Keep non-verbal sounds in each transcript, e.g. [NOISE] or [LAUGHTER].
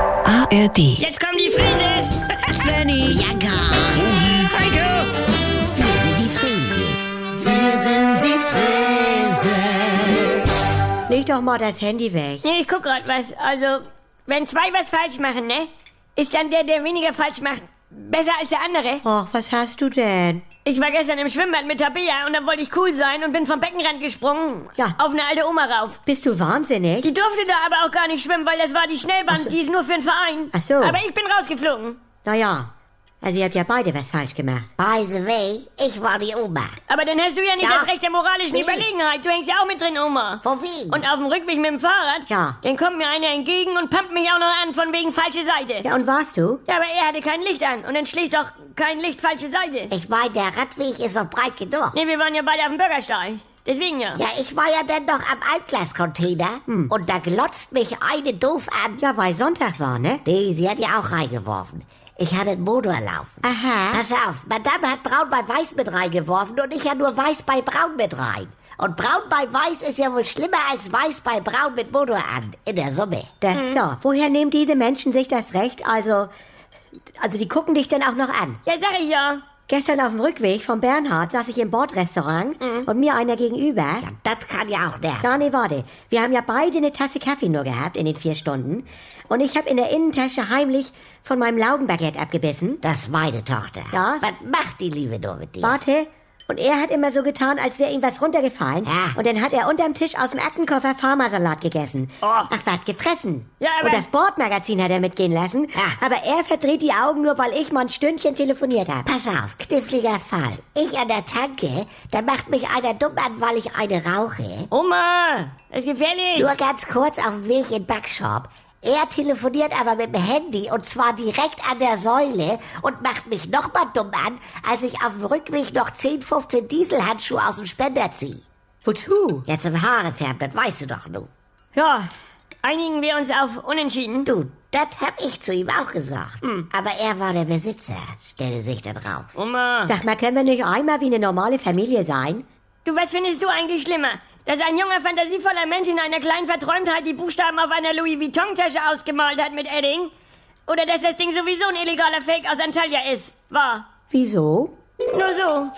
ARD. Jetzt kommen die [LAUGHS] Frises! Svenny. Ja, gar. Heiko! Wir sind die Frieses. Wir sind die Frieses. Leg doch mal das Handy weg. Nee, ich guck grad was. Also, wenn zwei was falsch machen, ne? Ist dann der, der weniger falsch macht, besser als der andere? Och, was hast du denn? Ich war gestern im Schwimmbad mit Tabea und dann wollte ich cool sein und bin vom Beckenrand gesprungen. Ja. Auf eine alte Oma rauf. Bist du wahnsinnig? Die durfte da aber auch gar nicht schwimmen, weil das war die Schnellbahn, Ach so. die ist nur für den Verein. Ach so. Aber ich bin rausgeflogen. Naja, also ihr habt ja beide was falsch gemacht. By the way, ich war die Oma. Aber dann hast du ja nicht Ja. das Recht der moralischen Nee. Überlegenheit. Du hängst ja auch mit drin, Oma. Von wegen. Und auf dem Rückweg mit dem Fahrrad? Ja. Dann kommt mir einer entgegen und pumpt mich auch noch an, von wegen falsche Seite. Ja, und warst du? Ja, aber er hatte kein Licht an und dann schlägt doch kein Licht falsche Seite. ich meine, der Radweg ist doch breit genug. Nee, wir waren ja beide auf dem Bürgersteig. Deswegen ja. Ja, ich war ja dann noch am Altglascontainer und da glotzt mich eine doof an. Hm. Ja, weil Sonntag war, ne? Nee, sie hat ja auch reingeworfen. Ich hatte einen Motor laufen. Aha. Pass auf, Madame hat Braun bei Weiß mit reingeworfen und ich ja nur Weiß bei Braun mit rein. Und Braun bei Weiß ist ja wohl schlimmer als Weiß bei Braun mit Motor an. In der Summe. Hm. Das ist klar. Woher nehmen diese Menschen sich das Recht? Also, also die gucken dich dann auch noch an. Ja, sag ich ja. Gestern auf dem Rückweg von Bernhard saß ich im Bordrestaurant und mir einer gegenüber. Mhm. Ja, das kann ja auch nerven. Ja, nee, warte. Wir haben ja beide eine Tasse Kaffee nur gehabt in den vier Stunden. Und ich habe in der Innentasche heimlich von meinem Laugenbaguette abgebissen. Das ist meine Tochter. Ja? Was macht die Liebe nur mit dir? Warte. Und er hat immer so getan, als wäre ihm was runtergefallen. Ah. Ja. Und dann hat er unterm Tisch aus dem Aktenkoffer Farmersalat gegessen. Oh. Ach, was gefressen. Ja, aber- Ah. Und das Bordmagazin hat er mitgehen lassen. Ja. Aber er verdreht die Augen nur, weil ich mal ein Stündchen telefoniert habe. Pass auf, kniffliger Fall. Ich an der Tanke, da macht mich einer dumm an, weil ich eine rauche. Oma, das ist gefährlich. Nur ganz kurz auf dem Weg in den Backshop. Er telefoniert aber mit dem Handy und zwar direkt an der Säule und macht mich nochmal dumm an, als ich auf dem Rückweg noch 10, 15 Dieselhandschuhe aus dem Spender ziehe. Wozu? Jetzt im Haare färben, das weißt du doch nun. Ja, einigen wir uns auf Unentschieden. Du, das hab ich zu ihm auch gesagt. Aber er war der Besitzer, stellte sich dann raus. Oma. Sag mal, können wir nicht einmal wie eine normale Familie sein? Du, was findest du eigentlich schlimmer? Dass ein junger, fantasievoller Mensch in einer kleinen Verträumtheit die Buchstaben auf einer Louis Vuitton-Tasche ausgemalt hat mit Edding? Oder dass das Ding sowieso ein illegaler Fake aus Antalya ist? War. Wieso? Nur so.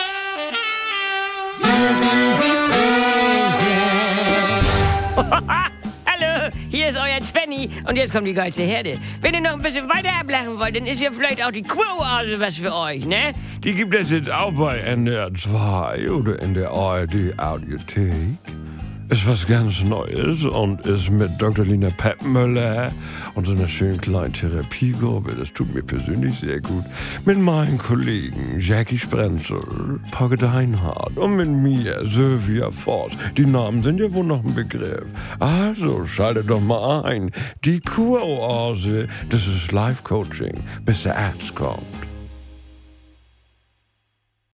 [LAUGHS] Hallo, hier ist euer Svenny und jetzt kommt die geilste Herde. Wenn ihr noch ein bisschen weiter ablachen wollt, dann ist ja vielleicht auch die Quo-Oase was für euch, ne? Die gibt es jetzt auch bei NDR 2 oder in der ARD Audiothek. Ist was ganz Neues und ist mit Dr. Lina Peppmüller und so einer schönen kleinen Therapiegruppe, das tut mir persönlich sehr gut, mit meinen Kollegen Jackie Sprenzel, Pogge Deinhardt und mit mir, Sylvia Voss. Die Namen sind ja wohl noch ein Begriff. Also schaltet doch mal ein. Die Kuroase, das ist Life-Coaching, bis der Arzt kommt.